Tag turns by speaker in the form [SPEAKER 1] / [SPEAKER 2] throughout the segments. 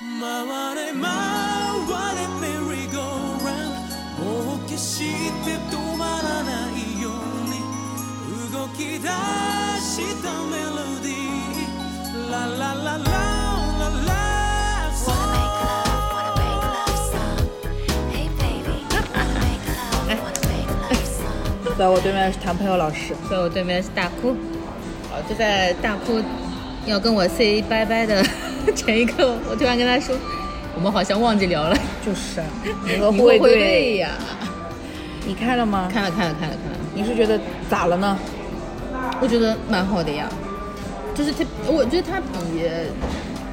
[SPEAKER 1] 回れ回れメリーゴーランドもう決して止まらないように動き出したメロディーララララララ
[SPEAKER 2] Wanna make love, wanna make love song. Hey baby, wanna make love, wanna make love song.
[SPEAKER 3] 在我对面是谭朋友老师，
[SPEAKER 4] 所以我对面是大哭，啊，就在大哭要跟我 say 拜拜的 前一刻，我突然跟他说，我们好像忘记聊了，
[SPEAKER 3] 就是啊你和
[SPEAKER 4] 你
[SPEAKER 3] 护卫
[SPEAKER 4] 会会
[SPEAKER 3] 队
[SPEAKER 4] 对，呀？
[SPEAKER 3] 你看了吗？
[SPEAKER 4] 看了看了看了看了，
[SPEAKER 3] 你是觉得咋了呢？
[SPEAKER 4] 我觉得蛮好的呀，就是他，我觉得他比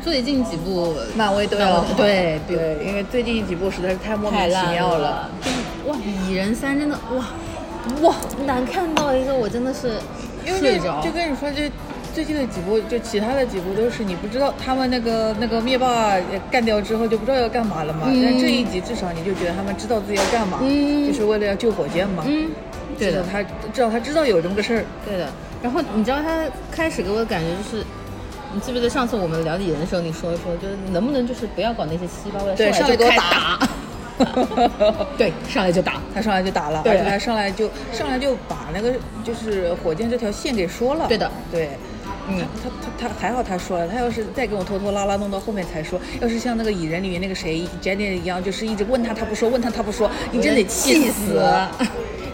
[SPEAKER 4] 最近几部
[SPEAKER 3] 漫威都要 好
[SPEAKER 4] 对比
[SPEAKER 3] 对，因为最近几部实在是太莫名
[SPEAKER 4] 太
[SPEAKER 3] 其
[SPEAKER 4] 烂
[SPEAKER 3] 妙
[SPEAKER 4] 了
[SPEAKER 3] 了。，
[SPEAKER 4] 就是哇，蚁人三真的哇哇难看到一个我真的是
[SPEAKER 5] 因为
[SPEAKER 4] 睡
[SPEAKER 5] 这
[SPEAKER 4] 着
[SPEAKER 5] 就。跟你说，这最近的几部，就其他的几部都是你不知道他们那个那个灭霸干掉之后就不知道要干嘛了嘛。
[SPEAKER 4] 嗯
[SPEAKER 5] 但这一集至少你就觉得他们知道自己要干嘛，
[SPEAKER 4] 嗯
[SPEAKER 5] 就是为了要救火箭嘛。
[SPEAKER 4] 嗯，对
[SPEAKER 5] 至
[SPEAKER 4] 的
[SPEAKER 5] 少，他至少他知道有这么个事儿。
[SPEAKER 4] 对的。然后你知道他开始给我的感觉就是，你记不记得上次我们聊蚁人的时候，你说一说，就是能不能就是不要搞那些稀巴烂，
[SPEAKER 5] 对
[SPEAKER 4] 上啊来就
[SPEAKER 5] 上来
[SPEAKER 4] 开
[SPEAKER 5] 给
[SPEAKER 4] 打。对，上来就打。
[SPEAKER 5] 他上来就打了，
[SPEAKER 4] 对
[SPEAKER 5] 而且他上来就上来就把那个就是火箭这条线给说了。
[SPEAKER 4] 对的，
[SPEAKER 5] 对。
[SPEAKER 4] 嗯
[SPEAKER 5] 他他他还好，他说了，他要是再跟我拖拖拉拉弄到后面才说，要是像那个蚁人里面那个谁 Jenny 一样，就是一直问他他不说，问他他不说，你真得气死
[SPEAKER 4] 我。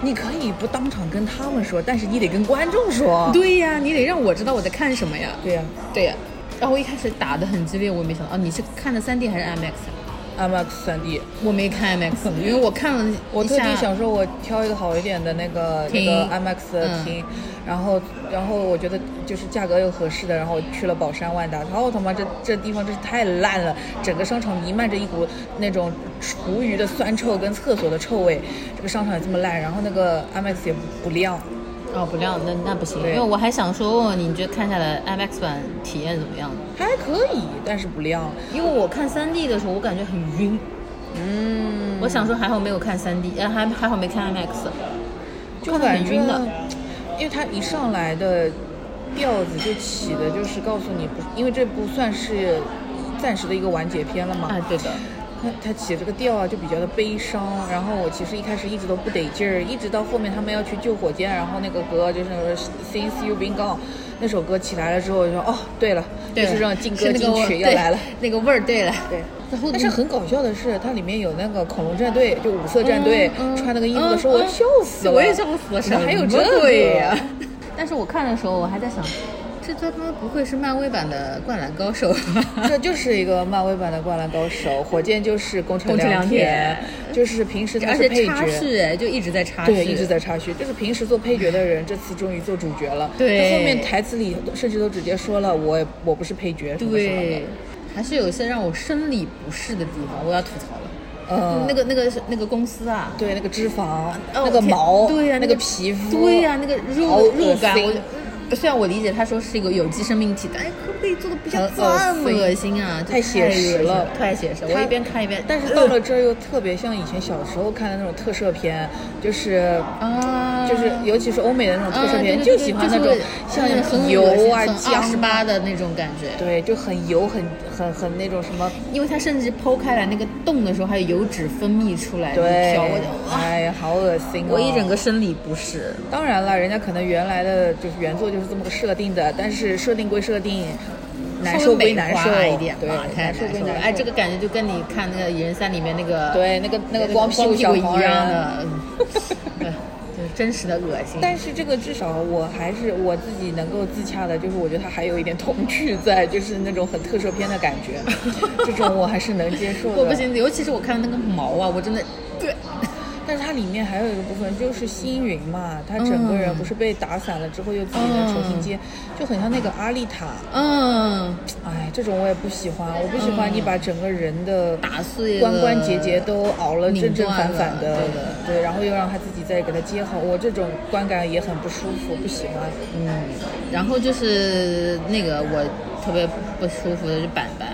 [SPEAKER 5] 你可以不当场跟他们说，但是你得跟观众说。
[SPEAKER 4] 对呀，你得让我知道我在看什么呀。
[SPEAKER 5] 对呀、啊
[SPEAKER 4] 对呀。然后我一开始打的很激烈，我也没想到啊，你是看的3 D 还是 IMAX？
[SPEAKER 5] i m a x 三 D，
[SPEAKER 4] 我没 看 IMAX，因为我看了一下，
[SPEAKER 5] 我特地想说，我挑一个好一点的那个那
[SPEAKER 4] 厅
[SPEAKER 5] 个 IMAX 的
[SPEAKER 4] 嗯
[SPEAKER 5] 厅，然后然后我觉得就是价格又合适的，然后我去了宝山万达，然后他妈这这地方真是太烂了，整个商场弥漫着一股那种厨余的酸臭跟厕所的臭味，这个商场也这么烂，然后那个 IMAX 也不不亮，
[SPEAKER 4] 哦，不亮，那那不行，因
[SPEAKER 5] 对
[SPEAKER 4] 为我还想说问问你，你觉得看下来 IMAX 版体验怎么样？
[SPEAKER 5] 还可以，但是不亮。
[SPEAKER 4] 因为我看3 D 的时候，我感觉很晕。
[SPEAKER 5] 嗯，啊
[SPEAKER 4] 我想说还好没有看3 D，呃，还还好没看 IMAX，
[SPEAKER 5] 就
[SPEAKER 4] 看得
[SPEAKER 5] 感
[SPEAKER 4] 很
[SPEAKER 5] 觉
[SPEAKER 4] 晕的。
[SPEAKER 5] 因为它一上来的调子就起的就是告诉你不，因为这不算是暂时的一个完结篇了嘛。
[SPEAKER 4] 啊，对的，
[SPEAKER 5] 他他起这个调啊，就比较的悲伤。然后我其实一开始一直都不得劲儿，一直到后面他们要去救火箭，然后那个歌就是那个 Since You Been Gone 那首歌起来了之后，我就说哦，对了，
[SPEAKER 4] 对
[SPEAKER 5] 就是这种劲歌
[SPEAKER 4] 是那个
[SPEAKER 5] 金曲要
[SPEAKER 4] 味
[SPEAKER 5] 来了。，
[SPEAKER 4] 对那个味儿对了。
[SPEAKER 5] 对，
[SPEAKER 4] 然后
[SPEAKER 5] 但是很搞笑的是，它里面有那个恐龙战队，就五色战队、
[SPEAKER 4] 嗯嗯
[SPEAKER 5] 穿那个衣服的时候，
[SPEAKER 4] 嗯
[SPEAKER 5] 我
[SPEAKER 4] 嗯
[SPEAKER 5] 笑死了，
[SPEAKER 4] 我也笑死了，
[SPEAKER 5] 怎么还有
[SPEAKER 4] 什么
[SPEAKER 5] 这
[SPEAKER 4] 鬼
[SPEAKER 5] 个
[SPEAKER 4] 呀、 但是我看的时候，我还在想，这他妈不会是漫威版的《灌篮 高手》吧？
[SPEAKER 5] 这就是一个漫威版的《灌篮高手》，火箭就是宫城
[SPEAKER 4] 宫城良
[SPEAKER 5] 田
[SPEAKER 4] 田，
[SPEAKER 5] 就是平时他
[SPEAKER 4] 而
[SPEAKER 5] 是
[SPEAKER 4] 且
[SPEAKER 5] 配
[SPEAKER 4] 插
[SPEAKER 5] 角。
[SPEAKER 4] 叙哎，就一直在插叙，
[SPEAKER 5] 对，一直在插叙，就是平时做配角的人，这次终于做主角了。
[SPEAKER 4] 对
[SPEAKER 5] 他后面台词里甚至都直接说了，我我不是配角什么什么的
[SPEAKER 4] 对。，还是有一些让我生理不适的地方，我要吐槽了。
[SPEAKER 5] 呃，
[SPEAKER 4] 那个那个那个公司啊，
[SPEAKER 5] 对那个脂肪，
[SPEAKER 4] 哦
[SPEAKER 5] 那个
[SPEAKER 4] 天
[SPEAKER 5] 毛，
[SPEAKER 4] 对呀、
[SPEAKER 5] 那
[SPEAKER 4] 个
[SPEAKER 5] 皮肤，
[SPEAKER 4] 对呀、那个
[SPEAKER 5] 好
[SPEAKER 4] 肉
[SPEAKER 5] 恶
[SPEAKER 4] 肉感，
[SPEAKER 5] 心
[SPEAKER 4] 我就虽然我理解他说是一个有机生命体，但哎，可不可以做的不要
[SPEAKER 5] 很恶心
[SPEAKER 4] 这么恶心啊？就
[SPEAKER 5] 太写实
[SPEAKER 4] 恶心
[SPEAKER 5] 了
[SPEAKER 4] 太写实了。
[SPEAKER 5] 它
[SPEAKER 4] 我一边看一边，
[SPEAKER 5] 但是到了这儿又特别像以前小时候看的那种特摄片，就是
[SPEAKER 4] 啊，
[SPEAKER 5] 就是尤其是欧美的那种特摄片，
[SPEAKER 4] 啊对对
[SPEAKER 5] 就
[SPEAKER 4] 对
[SPEAKER 5] 喜欢
[SPEAKER 4] 就
[SPEAKER 5] 那
[SPEAKER 4] 是
[SPEAKER 5] 种
[SPEAKER 4] 会
[SPEAKER 5] 像
[SPEAKER 4] 就是很
[SPEAKER 5] 油啊、
[SPEAKER 4] 二
[SPEAKER 5] 姜
[SPEAKER 4] 十八的那种感觉。
[SPEAKER 5] 对，就很油，很很很那种什么，
[SPEAKER 4] 因为它甚至剖开来那个洞的时候，还有油脂分泌出来那
[SPEAKER 5] 对
[SPEAKER 4] 条，哎我啊就，哇，
[SPEAKER 5] 哎呀，好恶心、哦！
[SPEAKER 4] 我一整个。生理不适。
[SPEAKER 5] 当然了，人家可能原来的就是原作就是这么个设定的，但是设定归设定，难受归难
[SPEAKER 4] 稍
[SPEAKER 5] 受
[SPEAKER 4] 微美化 一点
[SPEAKER 5] 对
[SPEAKER 4] 吧，，太
[SPEAKER 5] 难
[SPEAKER 4] 难
[SPEAKER 5] 归
[SPEAKER 4] 受
[SPEAKER 5] 啊
[SPEAKER 4] 了。
[SPEAKER 5] 难受。
[SPEAKER 4] 哎，这个感觉就跟你看那个《蚁人三》里面那个
[SPEAKER 5] 对那个那个光屁
[SPEAKER 4] 屁
[SPEAKER 5] 股
[SPEAKER 4] 股
[SPEAKER 5] 小
[SPEAKER 4] 一
[SPEAKER 5] 黄人
[SPEAKER 4] 样的，嗯 对，就是真实的恶心。
[SPEAKER 5] 但是这个至少我还是我自己能够自洽的，就是我觉得它还有一点童趣在，就是那种很特摄片的感 觉，这种我还是能接受的。
[SPEAKER 4] 我不行，尤其是我看那个毛啊，我真的对，
[SPEAKER 5] 但是它里面还有一个部分就是星云嘛，他整个人不是被打散了之后又自己能重新接，就很像那个阿丽塔。
[SPEAKER 4] 嗯，
[SPEAKER 5] 哎，这种我也不喜欢，我不喜欢你把整个人的
[SPEAKER 4] 打碎了
[SPEAKER 5] 关关节节都熬了正正反反
[SPEAKER 4] 嗯
[SPEAKER 5] 的
[SPEAKER 4] 拧断了对的，
[SPEAKER 5] 对，然后又让他自己再给他接好，我这种观感也很不舒服，不喜欢。
[SPEAKER 4] 嗯然后就是那个我特别不舒服的是板板，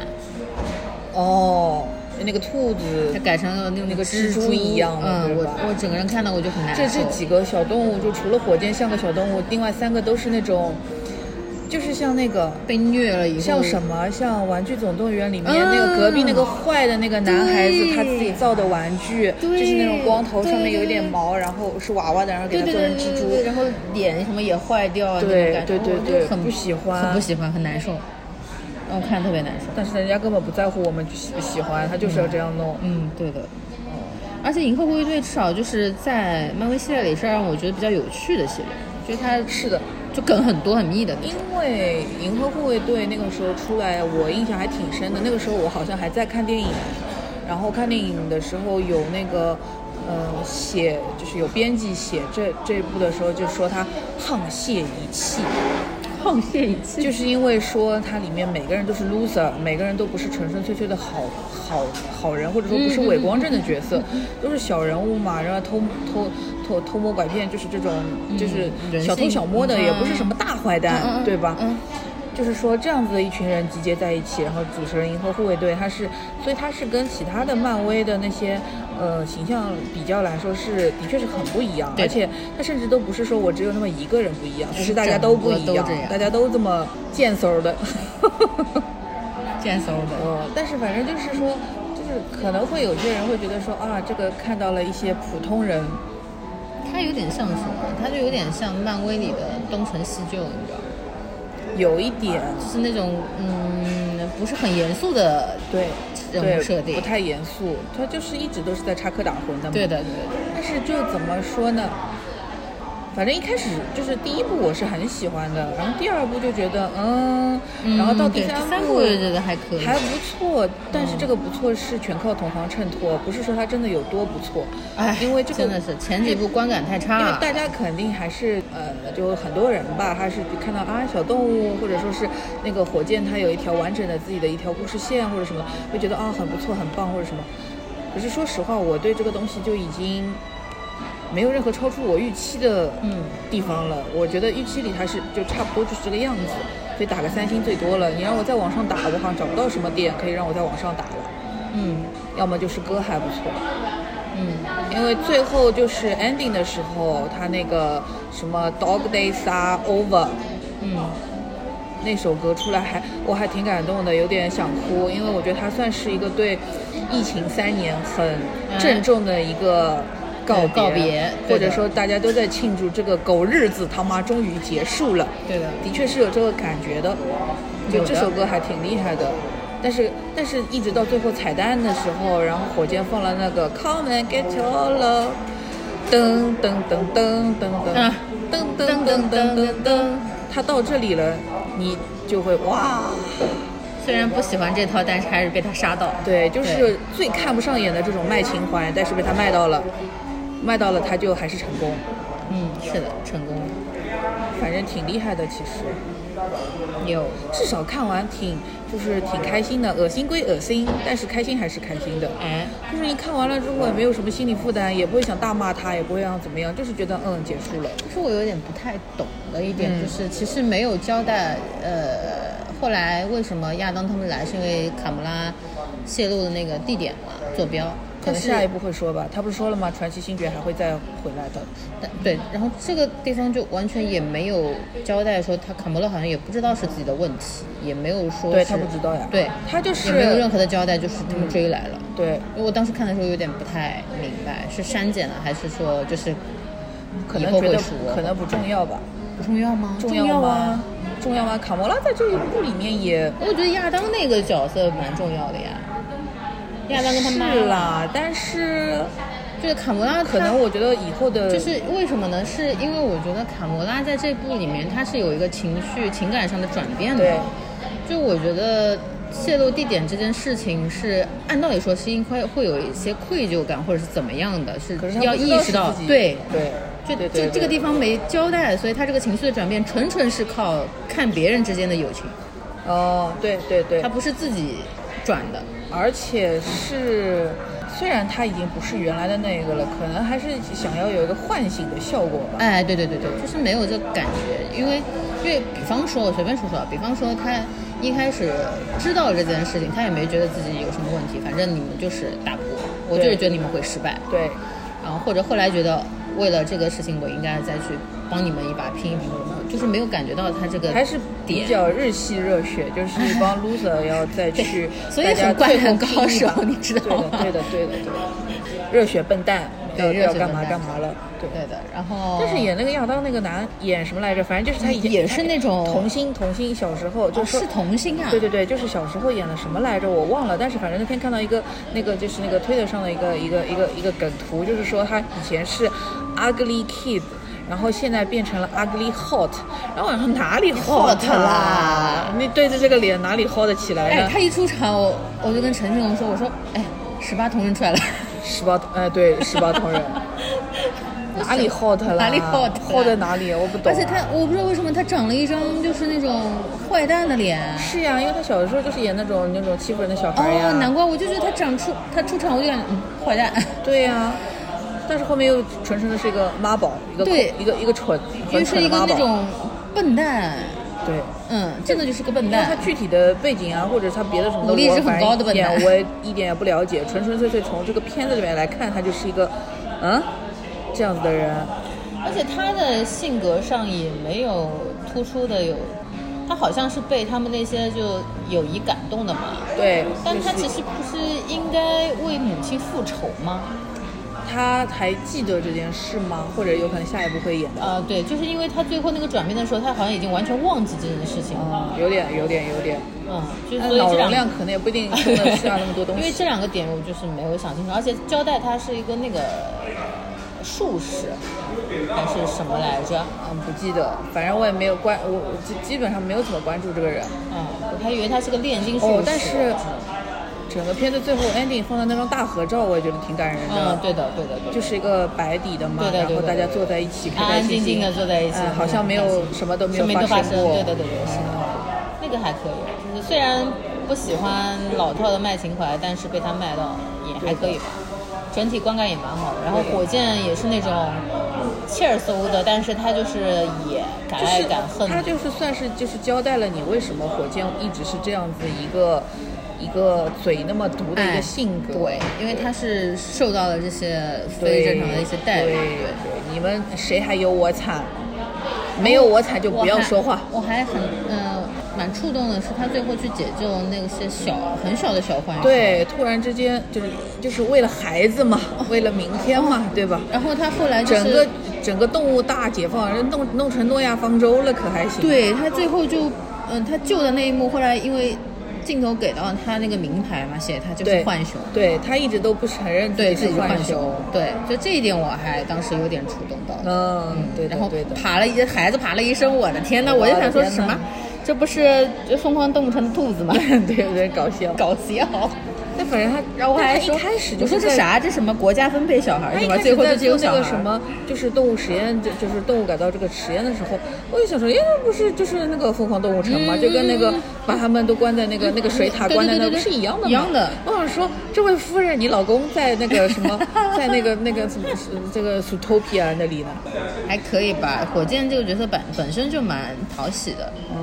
[SPEAKER 5] 哦，那个兔子
[SPEAKER 4] 它，改成了那种
[SPEAKER 5] 那个蜘
[SPEAKER 4] 蜘
[SPEAKER 5] 蛛一样的
[SPEAKER 4] 嗯，
[SPEAKER 5] 对
[SPEAKER 4] 我
[SPEAKER 5] 吧
[SPEAKER 4] 我整个人看到我就很难受。
[SPEAKER 5] 这这几个小动物，就除了火箭像个小动物，另外三个都是那种，就是像那个
[SPEAKER 4] 被虐了以后，
[SPEAKER 5] 像什么，像《玩具总动员》里面、
[SPEAKER 4] 啊
[SPEAKER 5] 那个隔壁那个坏的那个男孩子，
[SPEAKER 4] 对
[SPEAKER 5] 他自己造的玩具，
[SPEAKER 4] 对
[SPEAKER 5] 就是那种光头，
[SPEAKER 4] 对
[SPEAKER 5] 上面有一点毛，然后是娃娃的，然后给
[SPEAKER 4] 对
[SPEAKER 5] 他
[SPEAKER 4] 对
[SPEAKER 5] 做
[SPEAKER 4] 对
[SPEAKER 5] 成蜘
[SPEAKER 4] 对
[SPEAKER 5] 蛛。
[SPEAKER 4] 对，然后脸什么也坏
[SPEAKER 5] 对
[SPEAKER 4] 掉，那种感觉
[SPEAKER 5] 对对
[SPEAKER 4] 哦
[SPEAKER 5] 对
[SPEAKER 4] 就很
[SPEAKER 5] 不喜欢
[SPEAKER 4] 很不喜欢，很难受，让我看着特别难受。
[SPEAKER 5] 但是人家根本不在乎我们喜不喜欢，他就是要这样弄。
[SPEAKER 4] 嗯，对的。而且《银河护卫队》至少就是在漫威系列里是让我觉得比较有趣的系列，就是它
[SPEAKER 5] 是的，
[SPEAKER 4] 就梗很多很密的。
[SPEAKER 5] 嗯因为《银河护卫队》那个时候出来，我印象还挺深的。那个时候我好像还在看电影，然后看电影的时候有那个，呃，写就是有编辑写这这部的时候就说他沆瀣一气，
[SPEAKER 4] 沆瀣一气，
[SPEAKER 5] 就是因为说它里面每个人都是 loser，每个人都不是纯纯粹粹的好好好人，或者说不是伪光正的角色，
[SPEAKER 4] 嗯
[SPEAKER 5] 都是小人物嘛，然后偷偷偷偷摸拐骗，就是这种就是
[SPEAKER 4] 嗯人性
[SPEAKER 5] 小偷小摸的，
[SPEAKER 4] 嗯
[SPEAKER 5] 也不是什么大坏蛋，
[SPEAKER 4] 嗯嗯
[SPEAKER 5] 对吧？
[SPEAKER 4] 嗯，
[SPEAKER 5] 就是说这样子的一群人集结在一起，然后组成银河护卫队，它是，所以它是跟其他的漫威的那些呃形象比较来说是，的确是很不一样，
[SPEAKER 4] 对
[SPEAKER 5] 而且它甚至都不是说我只有那么一个人不一样，
[SPEAKER 4] 是
[SPEAKER 5] 其实大家都不一
[SPEAKER 4] 整个
[SPEAKER 5] 样
[SPEAKER 4] 都这，样
[SPEAKER 5] 大家都这么贱嗖儿 的，
[SPEAKER 4] 贱嗖的。
[SPEAKER 5] 呃，但是反正就是说，就是可能会有些人会觉得说啊，这个看到了一些普通人，
[SPEAKER 4] 它有点像什么？它就有点像漫威里的东成西就，你知道吗？
[SPEAKER 5] 有一点
[SPEAKER 4] 就是那种嗯，不是很严肃的
[SPEAKER 5] 对
[SPEAKER 4] 人物设定
[SPEAKER 5] 对不。太严肃，他就是一直都是在插科打诨的嘛，
[SPEAKER 4] 对的，对的。
[SPEAKER 5] 但是就怎么说呢？反正一开始就是第一部我是很喜欢的，然后第二部就觉得嗯，
[SPEAKER 4] 嗯
[SPEAKER 5] 然后到
[SPEAKER 4] 对
[SPEAKER 5] 三
[SPEAKER 4] 第三部我觉得嗯还可以
[SPEAKER 5] 还不错。但是这个不错是全靠同行衬托，不是说它真的有多不错。
[SPEAKER 4] 哎，
[SPEAKER 5] 因为这个
[SPEAKER 4] 真的是前几部观感太差
[SPEAKER 5] 因为
[SPEAKER 4] 了。
[SPEAKER 5] 大家肯定还是呃，就很多人吧，他是看到啊小动物，或者说是那个火箭，它有一条完整的自己的一条故事线或者什么，会觉得啊很不错啊很棒或者什么。可是说实话，我对这个东西就已经没有任何超出我预期的
[SPEAKER 4] 嗯
[SPEAKER 5] 地方了。我觉得预期里它是就差不多就是这个样子，所以打个三星最多了。你让我再往上打，我好像找不到什么点可以让我再往上打了。
[SPEAKER 4] 嗯
[SPEAKER 5] 要么就是歌还不错，
[SPEAKER 4] 嗯，
[SPEAKER 5] 因为最后就是 ending 的时候，他那个什么 Dog Days Are Over，
[SPEAKER 4] 嗯，
[SPEAKER 5] 那首歌出来还我还挺感动的，有点想哭，因为我觉得它算是一个对疫情三年很郑重的一个告别，
[SPEAKER 4] 对告别
[SPEAKER 5] 或
[SPEAKER 4] 对的
[SPEAKER 5] 者说大家都在庆祝这个狗日子他妈终于结束了，
[SPEAKER 4] 对的。
[SPEAKER 5] 的确是有这个感觉的，就
[SPEAKER 4] 有的
[SPEAKER 5] 这首歌还挺厉害的。但是，但是一直到最后彩蛋的时候，然后火箭放了那个 Come and get your love，噔噔噔噔噔噔
[SPEAKER 4] 啊
[SPEAKER 5] 噔噔噔噔噔噔，它到这里了，你就会哇，
[SPEAKER 4] 虽然不喜欢这套，但是还是被他杀到。
[SPEAKER 5] 对，就
[SPEAKER 4] 对
[SPEAKER 5] 是最看不上眼的这种卖情怀，但是被他卖到了，卖到了他就还是成功，
[SPEAKER 4] 嗯，是的，成功了
[SPEAKER 5] 反正挺厉害的，其实。
[SPEAKER 4] 有。
[SPEAKER 5] 至少看完挺就是挺开心的，恶心归恶心，但是开心还是开心的。
[SPEAKER 4] 哎，
[SPEAKER 5] 就是你看完了之后也没有什么心理负担，也不会想大骂他，也不会想怎么样，就是觉得嗯结束了。
[SPEAKER 4] 其实我有点不太懂的一点、
[SPEAKER 5] 嗯
[SPEAKER 4] 就是，其实没有交代，呃，后来为什么亚当他们来，是因为卡姆拉泄露的那个地点嘛，坐标。
[SPEAKER 5] 可
[SPEAKER 4] 但
[SPEAKER 5] 能
[SPEAKER 4] 是
[SPEAKER 5] 下一步会说吧，他不是说了吗？传奇星爵还会再回来的。
[SPEAKER 4] 但对，然后这个地方就完全也没有交代说他卡莫勒好像也不知道是自己的问题，也没有说
[SPEAKER 5] 对
[SPEAKER 4] 是
[SPEAKER 5] 他不知道呀
[SPEAKER 4] 对
[SPEAKER 5] 他就是嗯
[SPEAKER 4] 也没有任何的交代，就是他们追来了。
[SPEAKER 5] 对，
[SPEAKER 4] 因为我当时看的时候有点不太明白，是删减了还是说就是
[SPEAKER 5] 可
[SPEAKER 4] 以
[SPEAKER 5] 能
[SPEAKER 4] 后
[SPEAKER 5] 觉
[SPEAKER 4] 会
[SPEAKER 5] 得
[SPEAKER 4] 说，
[SPEAKER 5] 可能不重要吧，
[SPEAKER 4] 不重要啊吗？
[SPEAKER 5] 重要吗？？重要吗？卡魔拉在这一部里面也
[SPEAKER 4] 我觉得亚当那个角色蛮重要的呀，亚当跟他妈
[SPEAKER 5] 是，啦，但是
[SPEAKER 4] 就是卡魔拉他，
[SPEAKER 5] 可能我觉得以后的
[SPEAKER 4] 就是为什么呢？是因为我觉得卡魔拉在这部里面她是有一个情绪情感上的转变的
[SPEAKER 5] 对，
[SPEAKER 4] 就我觉得。泄露地点这件事情是按道理说是应该会有一些愧疚感或者是怎么样的，是
[SPEAKER 5] 可是他
[SPEAKER 4] 要
[SPEAKER 5] 不知
[SPEAKER 4] 意
[SPEAKER 5] 道
[SPEAKER 4] 识
[SPEAKER 5] 是
[SPEAKER 4] 到
[SPEAKER 5] 自己
[SPEAKER 4] 对
[SPEAKER 5] 对，
[SPEAKER 4] 就
[SPEAKER 5] 对
[SPEAKER 4] 这
[SPEAKER 5] 对
[SPEAKER 4] 这个
[SPEAKER 5] 对
[SPEAKER 4] 地方没交代，所以他这个情绪的转变纯纯是靠看别人之间的友情，
[SPEAKER 5] 哦，对对对
[SPEAKER 4] 他，不是自己转的。
[SPEAKER 5] 而且是，虽然它已经不是原来的那个了，可能还是想要有一个唤醒的效果吧。
[SPEAKER 4] 哎，对对对对，就是没有这个感觉，因为因为比方说，我随便说说啊，比方说他一开始知道这件事情，他也没觉得自己有什么问题，反正你们就是打不过，我就是觉得你们会失败，
[SPEAKER 5] 对，
[SPEAKER 4] 然后或者后来觉得为了这个事情，我应该再去帮你们一把，拼一拼，或者什么就是没有感觉到他这个
[SPEAKER 5] 还是比
[SPEAKER 4] 点，
[SPEAKER 5] 较日系热血，就是一帮 loser 要再去，
[SPEAKER 4] 所以
[SPEAKER 5] 大家
[SPEAKER 4] 很灌篮
[SPEAKER 5] 最后拼一把
[SPEAKER 4] 高手你知道吗
[SPEAKER 5] 对的，对的，对的，对的，热血笨蛋
[SPEAKER 4] 对
[SPEAKER 5] 要
[SPEAKER 4] 热
[SPEAKER 5] 要
[SPEAKER 4] 血
[SPEAKER 5] 干
[SPEAKER 4] 笨
[SPEAKER 5] 嘛
[SPEAKER 4] 蛋
[SPEAKER 5] 干嘛了，对。
[SPEAKER 4] 对的。然后，
[SPEAKER 5] 但是演那个亚当那个男演什么来着？反正就是他以前
[SPEAKER 4] 也是那种
[SPEAKER 5] 童星，童星小时候就
[SPEAKER 4] 哦
[SPEAKER 5] 说
[SPEAKER 4] 是童星啊，
[SPEAKER 5] 对对对，就是小时候演的什么来着，我忘了。但是反正那天看到一个那个就是那个推特上的一个一个一个一个梗图，就是说他以前是 ugly kid，然后现在变成了 ugly hot，然后我想哪里
[SPEAKER 4] hot
[SPEAKER 5] hot 啦
[SPEAKER 4] 啦？
[SPEAKER 5] 你对着这个脸哪里 hot 得起来
[SPEAKER 4] 哎，
[SPEAKER 5] 呢？
[SPEAKER 4] 他一出场，我我就跟陈静我们说，我说，哎，十八铜人出来了，
[SPEAKER 5] 十八呃对十八 铜人，哪里 hot 啦？
[SPEAKER 4] 哪里 hot 啦
[SPEAKER 5] hot 在哪里？我不懂。啊
[SPEAKER 4] 而且他我不知道为什么他长了一张就是那种坏蛋的脸。
[SPEAKER 5] 是呀，因为他小的时候就是演那种那种欺负人的小孩哎呀。
[SPEAKER 4] 哦，难怪我就觉得他长出他出场我就感觉嗯坏蛋，
[SPEAKER 5] 对呀、
[SPEAKER 4] 啊
[SPEAKER 5] 但是后面又纯纯的是一个妈宝，一个
[SPEAKER 4] 对
[SPEAKER 5] 一个一个蠢，
[SPEAKER 4] 又
[SPEAKER 5] 很
[SPEAKER 4] 是
[SPEAKER 5] 蠢
[SPEAKER 4] 一
[SPEAKER 5] 的
[SPEAKER 4] 个
[SPEAKER 5] 妈
[SPEAKER 4] 那
[SPEAKER 5] 宝。
[SPEAKER 4] 种笨蛋，
[SPEAKER 5] 对，
[SPEAKER 4] 嗯，真的就是个笨
[SPEAKER 5] 因为他
[SPEAKER 4] 蛋。
[SPEAKER 5] 具体的背景啊，或者他别的什么的，
[SPEAKER 4] 武力
[SPEAKER 5] 我
[SPEAKER 4] 值很
[SPEAKER 5] 反
[SPEAKER 4] 高
[SPEAKER 5] 正
[SPEAKER 4] 的
[SPEAKER 5] 一
[SPEAKER 4] 笨蛋
[SPEAKER 5] 点我也一点也不了解，纯纯粹粹从这个片子里面来看，他就是一个，嗯，这样子的人。
[SPEAKER 4] 而且他的性格上也没有突出的有，他好像是被他们那些就友谊感动的嘛。
[SPEAKER 5] 对，
[SPEAKER 4] 但
[SPEAKER 5] 就
[SPEAKER 4] 他
[SPEAKER 5] 是
[SPEAKER 4] 其实不是应该为母亲复仇吗？
[SPEAKER 5] 他还记得这件事吗？或者有可能下一步会演的。
[SPEAKER 4] 啊、对，就是因为他最后那个转变的时候，他好像已经完全忘记这件事情了。
[SPEAKER 5] 嗯，有点，有点，有点。
[SPEAKER 4] 嗯，就
[SPEAKER 5] 但
[SPEAKER 4] 所以
[SPEAKER 5] 脑
[SPEAKER 4] 这
[SPEAKER 5] 哎容
[SPEAKER 4] 两
[SPEAKER 5] 量可能也不一定 真的需要那么多东
[SPEAKER 4] 因为这
[SPEAKER 5] 西。
[SPEAKER 4] 两个点我就是没有想清楚，而且交代他是一个那个术士还是什么来着？
[SPEAKER 5] 嗯，不记得，反正我也没有关，我我基基本上没有怎么关注这个人。
[SPEAKER 4] 嗯，我还以为他是个炼金术士。
[SPEAKER 5] 哦，但是整个片子最后 ending 放的那张大合照，我也觉得挺感人的。
[SPEAKER 4] 嗯，对的，对的，对的。
[SPEAKER 5] 就是一个白底的嘛，
[SPEAKER 4] 对的对
[SPEAKER 5] 然
[SPEAKER 4] 的
[SPEAKER 5] 后大家坐在一起，开
[SPEAKER 4] 安
[SPEAKER 5] 开
[SPEAKER 4] 安
[SPEAKER 5] 心
[SPEAKER 4] 静
[SPEAKER 5] 心
[SPEAKER 4] 静的坐在一起
[SPEAKER 5] 哎，好像没有什么都没有
[SPEAKER 4] 什么都发
[SPEAKER 5] 生过。
[SPEAKER 4] 对对对对，是的，那个还可以，就是虽然不喜欢老套的卖情怀，但是被他卖到也还可以吧，整体观感也蛮好的。然后火箭也是那种切尔搜的，但是他就是也敢
[SPEAKER 5] 就
[SPEAKER 4] 爱
[SPEAKER 5] 是
[SPEAKER 4] 敢恨，
[SPEAKER 5] 他就是算是就是交代了你为什么火箭一直是这样子一个一个嘴那么毒的一
[SPEAKER 4] 哎
[SPEAKER 5] 个性格。
[SPEAKER 4] 对，因为他是受到了这些非
[SPEAKER 5] 对
[SPEAKER 4] 正常的一些待遇。
[SPEAKER 5] 对对，你们谁还有我惨？没有我惨就不要说话。
[SPEAKER 4] 我还。我还很嗯、蛮触动的是，他最后去解救那些小很小的小浣熊。
[SPEAKER 5] 对，突然之间就是就是为了孩子嘛，为了明天嘛，对吧？
[SPEAKER 4] 然后他后来就是
[SPEAKER 5] 整个整个动物大解放，人弄弄成诺亚方舟了，可还行？，
[SPEAKER 4] 对他最后就，嗯，他救的那一幕，后来因为镜头给到他那个名牌嘛，写他就是
[SPEAKER 5] 对，
[SPEAKER 4] 浣熊，
[SPEAKER 5] 对他一直都不承认
[SPEAKER 4] 对自
[SPEAKER 5] 是
[SPEAKER 4] 己
[SPEAKER 5] 浣
[SPEAKER 4] 浣熊，，对，就这一点我还当时有点触动到。
[SPEAKER 5] 嗯，对的
[SPEAKER 4] 然后
[SPEAKER 5] 对的，
[SPEAKER 4] 爬了一孩子爬了一身，我的天呐，
[SPEAKER 5] 我
[SPEAKER 4] 我
[SPEAKER 5] 的
[SPEAKER 4] 就想说
[SPEAKER 5] 天
[SPEAKER 4] 什
[SPEAKER 5] 呐
[SPEAKER 4] 么，这不是这疯狂动物城的兔 子吗？
[SPEAKER 5] 对，有点搞笑。
[SPEAKER 4] 搞笑。
[SPEAKER 5] 那反正他，
[SPEAKER 4] 然后我还说，
[SPEAKER 5] 他一开始
[SPEAKER 4] 我
[SPEAKER 5] 就
[SPEAKER 4] 说
[SPEAKER 5] 是
[SPEAKER 4] 这
[SPEAKER 5] 在。
[SPEAKER 4] 啥？这什么国家分配小孩
[SPEAKER 5] 他
[SPEAKER 4] 是
[SPEAKER 5] 一
[SPEAKER 4] 吧？
[SPEAKER 5] 开最
[SPEAKER 4] 最
[SPEAKER 5] 后
[SPEAKER 4] 后就
[SPEAKER 5] 在
[SPEAKER 4] 只有
[SPEAKER 5] 做那
[SPEAKER 4] 小
[SPEAKER 5] 个
[SPEAKER 4] 孩。
[SPEAKER 5] 什么，就是动物实验，就就是动物改造这个实验的时候，我就想说，哎，那不是就是那个疯狂动物城吗？
[SPEAKER 4] 嗯
[SPEAKER 5] 就跟那个把他们都关在那个那个水塔
[SPEAKER 4] 对对
[SPEAKER 5] 关在那
[SPEAKER 4] 对
[SPEAKER 5] 儿，
[SPEAKER 4] 对
[SPEAKER 5] 不
[SPEAKER 4] 对
[SPEAKER 5] 是一样的吗？
[SPEAKER 4] 一样的
[SPEAKER 5] 我想说，这位夫人，你老公在那个什 么，在那个那个什么这个 Zootopia 那里呢？
[SPEAKER 4] 还可以吧？火箭这个角色本本身就蛮讨喜的，
[SPEAKER 5] 嗯，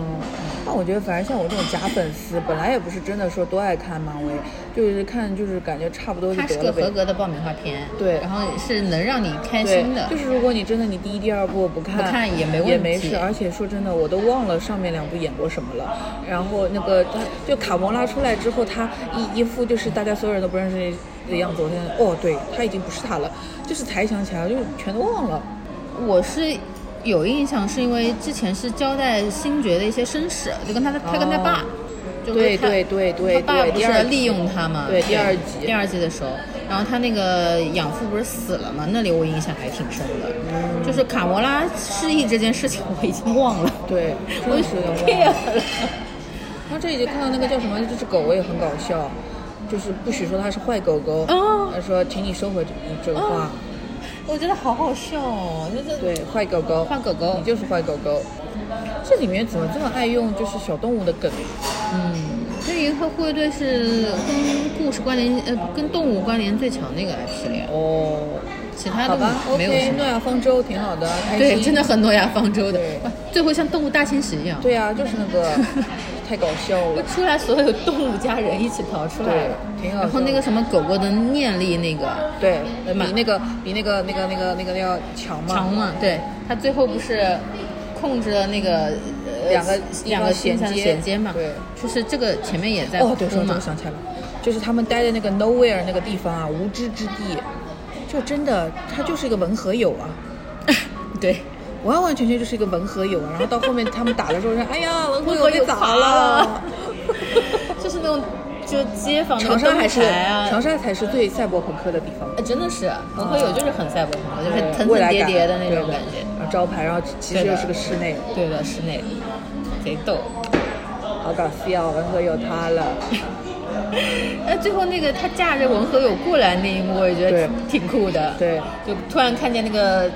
[SPEAKER 5] 那我觉得，反正像我这种假粉丝，本来也不是真的说多爱看漫威，就是看就是感觉差不多就
[SPEAKER 4] 它是
[SPEAKER 5] 得
[SPEAKER 4] 个
[SPEAKER 5] 了
[SPEAKER 4] 合
[SPEAKER 5] 呗。
[SPEAKER 4] 格的爆米花片，
[SPEAKER 5] 对
[SPEAKER 4] 然后是能让你开
[SPEAKER 5] 对
[SPEAKER 4] 心的，，
[SPEAKER 5] 就是如果你真的你第一、第二部不看，
[SPEAKER 4] 不看也没问题
[SPEAKER 5] 也没事。而且说真的，我都忘了上面两部演过什么了。然后那个他就卡蒙拉出来之后，他一一副就是大家所有人都不认识的样子。我现在哦，对他已经不是他了，就是才想起来，就全都忘了。
[SPEAKER 4] 我是有印象，是因为之前是交代星爵的一些身世，就跟他的他跟他爸，就跟
[SPEAKER 5] 哦对
[SPEAKER 4] 他
[SPEAKER 5] 对对对
[SPEAKER 4] 他爸
[SPEAKER 5] 对
[SPEAKER 4] 不
[SPEAKER 5] 第二
[SPEAKER 4] 是
[SPEAKER 5] 集
[SPEAKER 4] 利用他嘛？
[SPEAKER 5] 对第二集
[SPEAKER 4] 第二集的时候，然后他那个养父不是死了嘛？那里我印象还挺深的，
[SPEAKER 5] 嗯
[SPEAKER 4] 就是卡魔拉失忆这件事情我已经忘了，
[SPEAKER 5] 对，真
[SPEAKER 4] 我
[SPEAKER 5] 的
[SPEAKER 4] 已
[SPEAKER 5] 是
[SPEAKER 4] 经
[SPEAKER 5] 有点忘
[SPEAKER 4] care
[SPEAKER 5] 了。
[SPEAKER 4] 了。
[SPEAKER 5] 他这一集看到那个叫什么这只狗，我也很搞笑，就是不许说它是坏狗狗，
[SPEAKER 4] 哦
[SPEAKER 5] 他说请你收回这这个话，
[SPEAKER 4] 哦我觉得好好笑哦，就是
[SPEAKER 5] 对，坏狗狗，
[SPEAKER 4] 换狗狗
[SPEAKER 5] 你就是坏狗狗。这里面怎么这么爱用就是小动物的梗？
[SPEAKER 4] 这银河护卫队是跟故事关联呃跟动物关联最强的一个 IP 了呀，
[SPEAKER 5] 哦，
[SPEAKER 4] 其他
[SPEAKER 5] 好
[SPEAKER 4] 动
[SPEAKER 5] 吧
[SPEAKER 4] 物没有
[SPEAKER 5] ，OK，
[SPEAKER 4] 什
[SPEAKER 5] 诺
[SPEAKER 4] 么。
[SPEAKER 5] 亚方舟挺好的，开心。
[SPEAKER 4] 对，真的。很诺亚方舟的
[SPEAKER 5] 对，
[SPEAKER 4] 最后像动物大迁徙一样。，
[SPEAKER 5] 对啊，就是那个太搞笑
[SPEAKER 4] 就
[SPEAKER 5] 了。
[SPEAKER 4] 出来所有动物家人一起逃出来了，
[SPEAKER 5] 对挺好笑的
[SPEAKER 4] 然后那个什么狗狗的念力那个
[SPEAKER 5] 对，
[SPEAKER 4] 对
[SPEAKER 5] 比
[SPEAKER 4] 吧
[SPEAKER 5] 那个比那个那个那个那个要强嘛。
[SPEAKER 4] 强嘛，对，它最后不是控制了那个、呃、
[SPEAKER 5] 两个
[SPEAKER 4] 两个星辰的衔接嘛？
[SPEAKER 5] 对，
[SPEAKER 4] 就是这个前面也在
[SPEAKER 5] 哦，对，
[SPEAKER 4] 播
[SPEAKER 5] 说这
[SPEAKER 4] 嘛
[SPEAKER 5] 个，想起来了，就是他们待的那个 nowhere 那个地方啊，无知之地，就真的它就是一个文和友啊，
[SPEAKER 4] 对，
[SPEAKER 5] 完完全全就是一个文和友啊。然后到后面他们打了之后说，哎呀，文和
[SPEAKER 4] 温
[SPEAKER 5] 友
[SPEAKER 4] 和
[SPEAKER 5] 被
[SPEAKER 4] 又
[SPEAKER 5] 砸
[SPEAKER 4] 砸
[SPEAKER 5] 了
[SPEAKER 4] 了。，就是那种就街坊 那
[SPEAKER 5] 长
[SPEAKER 4] 个
[SPEAKER 5] 沙
[SPEAKER 4] 灯
[SPEAKER 5] 还是
[SPEAKER 4] 牌啊，
[SPEAKER 5] 长沙才是最赛博朋克的地方，
[SPEAKER 4] 哎真的是文和友就是很赛博朋克，就是层
[SPEAKER 5] 未
[SPEAKER 4] 层
[SPEAKER 5] 来
[SPEAKER 4] 叠
[SPEAKER 5] 感
[SPEAKER 4] 叠的那种
[SPEAKER 5] 对
[SPEAKER 4] 感觉。
[SPEAKER 5] 啊招牌，然后其实
[SPEAKER 4] 对
[SPEAKER 5] 又
[SPEAKER 4] 的
[SPEAKER 5] 是个室内，
[SPEAKER 4] 对的，室内贼逗。
[SPEAKER 5] 好搞笑，文和友塌了。
[SPEAKER 4] 那哎最后那个他架着文和友过来那一幕，我也觉
[SPEAKER 5] 对
[SPEAKER 4] 得挺酷的。
[SPEAKER 5] 对，
[SPEAKER 4] 就突然看见那个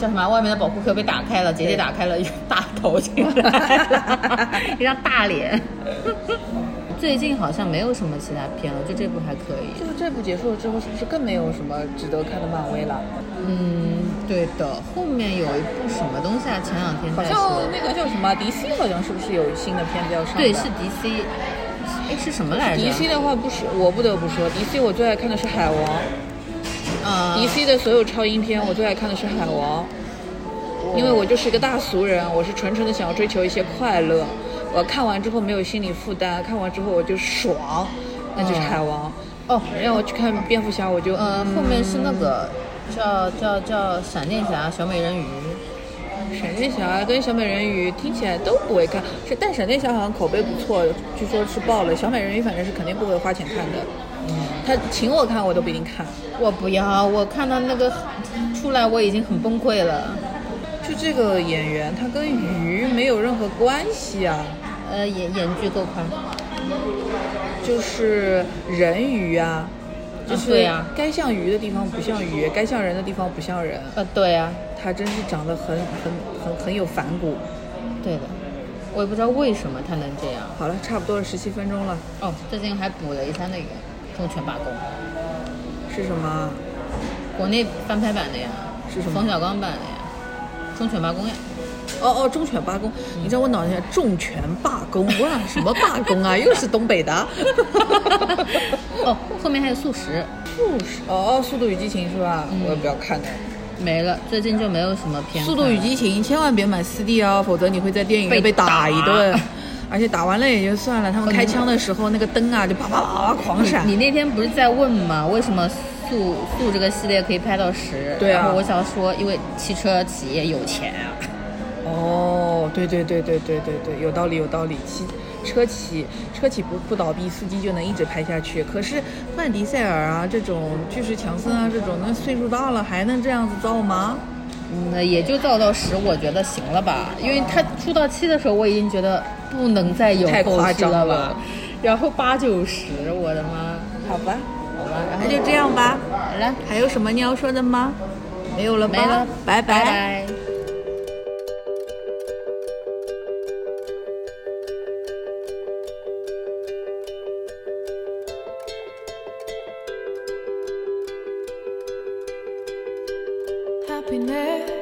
[SPEAKER 4] 叫什么啊，外面的保护壳被打开了，结界打开了，一个大头进来了， 一张大脸。 最近好像没有什么其他片了，就这部还可以
[SPEAKER 5] 就。是这部结束了之后，是不是更没有什么值得看的漫威了？
[SPEAKER 4] 嗯，对的。后面有一部什么东西啊？前两天
[SPEAKER 5] 好
[SPEAKER 4] 在
[SPEAKER 5] 像
[SPEAKER 4] 说，
[SPEAKER 5] 那个叫什么 DC，好像是不是有新的片子要上的？
[SPEAKER 4] 对，是 DC，哎是什么来着
[SPEAKER 5] DC 的话，不是我不得不说，DC 我最爱看的是海王、
[SPEAKER 4] 啊
[SPEAKER 5] d c 的所有超英片我最爱看的是海王，因为我就是一个大俗人，我是纯纯的想要追求一些快乐。我看完之后没有心理负担，看完之后我就爽，那就是海王。
[SPEAKER 4] 哦，
[SPEAKER 5] 让我去看蝙蝠侠，我就
[SPEAKER 4] 呃，后面是那个叫叫叫闪电侠、小美人鱼，
[SPEAKER 5] 闪电侠跟小美人鱼听起来都不会看，是但闪电侠好像口碑不错，据说是爆了。小美人鱼反正是肯定不会花钱看的，
[SPEAKER 4] 嗯
[SPEAKER 5] 他请我看我都不一定看。
[SPEAKER 4] 我不要，我看到那个出来我已经很崩溃了。
[SPEAKER 5] 就这个演员，他跟鱼没有任何关系啊，
[SPEAKER 4] 呃，眼眼距够宽，
[SPEAKER 5] 就是人鱼啊，就
[SPEAKER 4] 啊对
[SPEAKER 5] 是
[SPEAKER 4] 啊
[SPEAKER 5] 该像鱼的地方不像鱼，该像人的地方不像人。
[SPEAKER 4] 呃，对啊，
[SPEAKER 5] 他真是长得很很很很有反骨。
[SPEAKER 4] 对的，我也不知道为什么他能这样。
[SPEAKER 5] 好了，差不多了，十七分钟了，
[SPEAKER 4] 哦，最近还补了一下那个《忠犬八公》，
[SPEAKER 5] 是什么？
[SPEAKER 4] 国内翻拍版的呀，
[SPEAKER 5] 是什么
[SPEAKER 4] 冯小刚版的呀，《忠犬八公》呀。
[SPEAKER 5] 哦哦，忠犬八公，
[SPEAKER 4] 嗯
[SPEAKER 5] 你知道我脑袋里面重拳罢工，我想什么罢工啊？又是东北 的。
[SPEAKER 4] 哦，后面还有素食，
[SPEAKER 5] 速食哦哦，《速度与激情》是吧？
[SPEAKER 4] 嗯
[SPEAKER 5] 我也不要看的。
[SPEAKER 4] 没了，最近就没有什么片
[SPEAKER 5] 《
[SPEAKER 4] 看
[SPEAKER 5] 速
[SPEAKER 4] 了。
[SPEAKER 5] 度与激情》千万别买四 D 哦，否则你会在电影院被
[SPEAKER 4] 被
[SPEAKER 5] 打
[SPEAKER 4] 打
[SPEAKER 5] 一顿。而且打完了也就算了，他们开枪的时候那个灯啊就啪啪啪啪狂闪
[SPEAKER 4] 你。。你那天不是在问吗？为什么速速这个系列可以拍到十？
[SPEAKER 5] 对啊
[SPEAKER 4] 然后我想说，因为汽车企业有钱啊。
[SPEAKER 5] 哦，对对对对对对对，有道理有道理。骑车企车企不不倒闭，司机就能一直拍下去。可是范迪塞尔啊这种巨石强森啊这种，那岁数大了还能这样子造吗？
[SPEAKER 4] 嗯，也就造到十，我觉得行了吧，因为他出到七的时候，我已经觉得不能再有
[SPEAKER 5] 太
[SPEAKER 4] 后
[SPEAKER 5] 夸
[SPEAKER 4] 续
[SPEAKER 5] 张
[SPEAKER 4] 了吧。
[SPEAKER 5] 了
[SPEAKER 4] 然后八九十，我的妈！
[SPEAKER 5] 好吧，
[SPEAKER 4] 好吧，然后
[SPEAKER 5] 那就这样吧。
[SPEAKER 4] 好了，
[SPEAKER 5] 还有什么你要说的吗？没有了吧？
[SPEAKER 4] 没了，
[SPEAKER 5] 拜
[SPEAKER 4] 拜
[SPEAKER 5] 拜
[SPEAKER 4] 拜
[SPEAKER 1] Happiness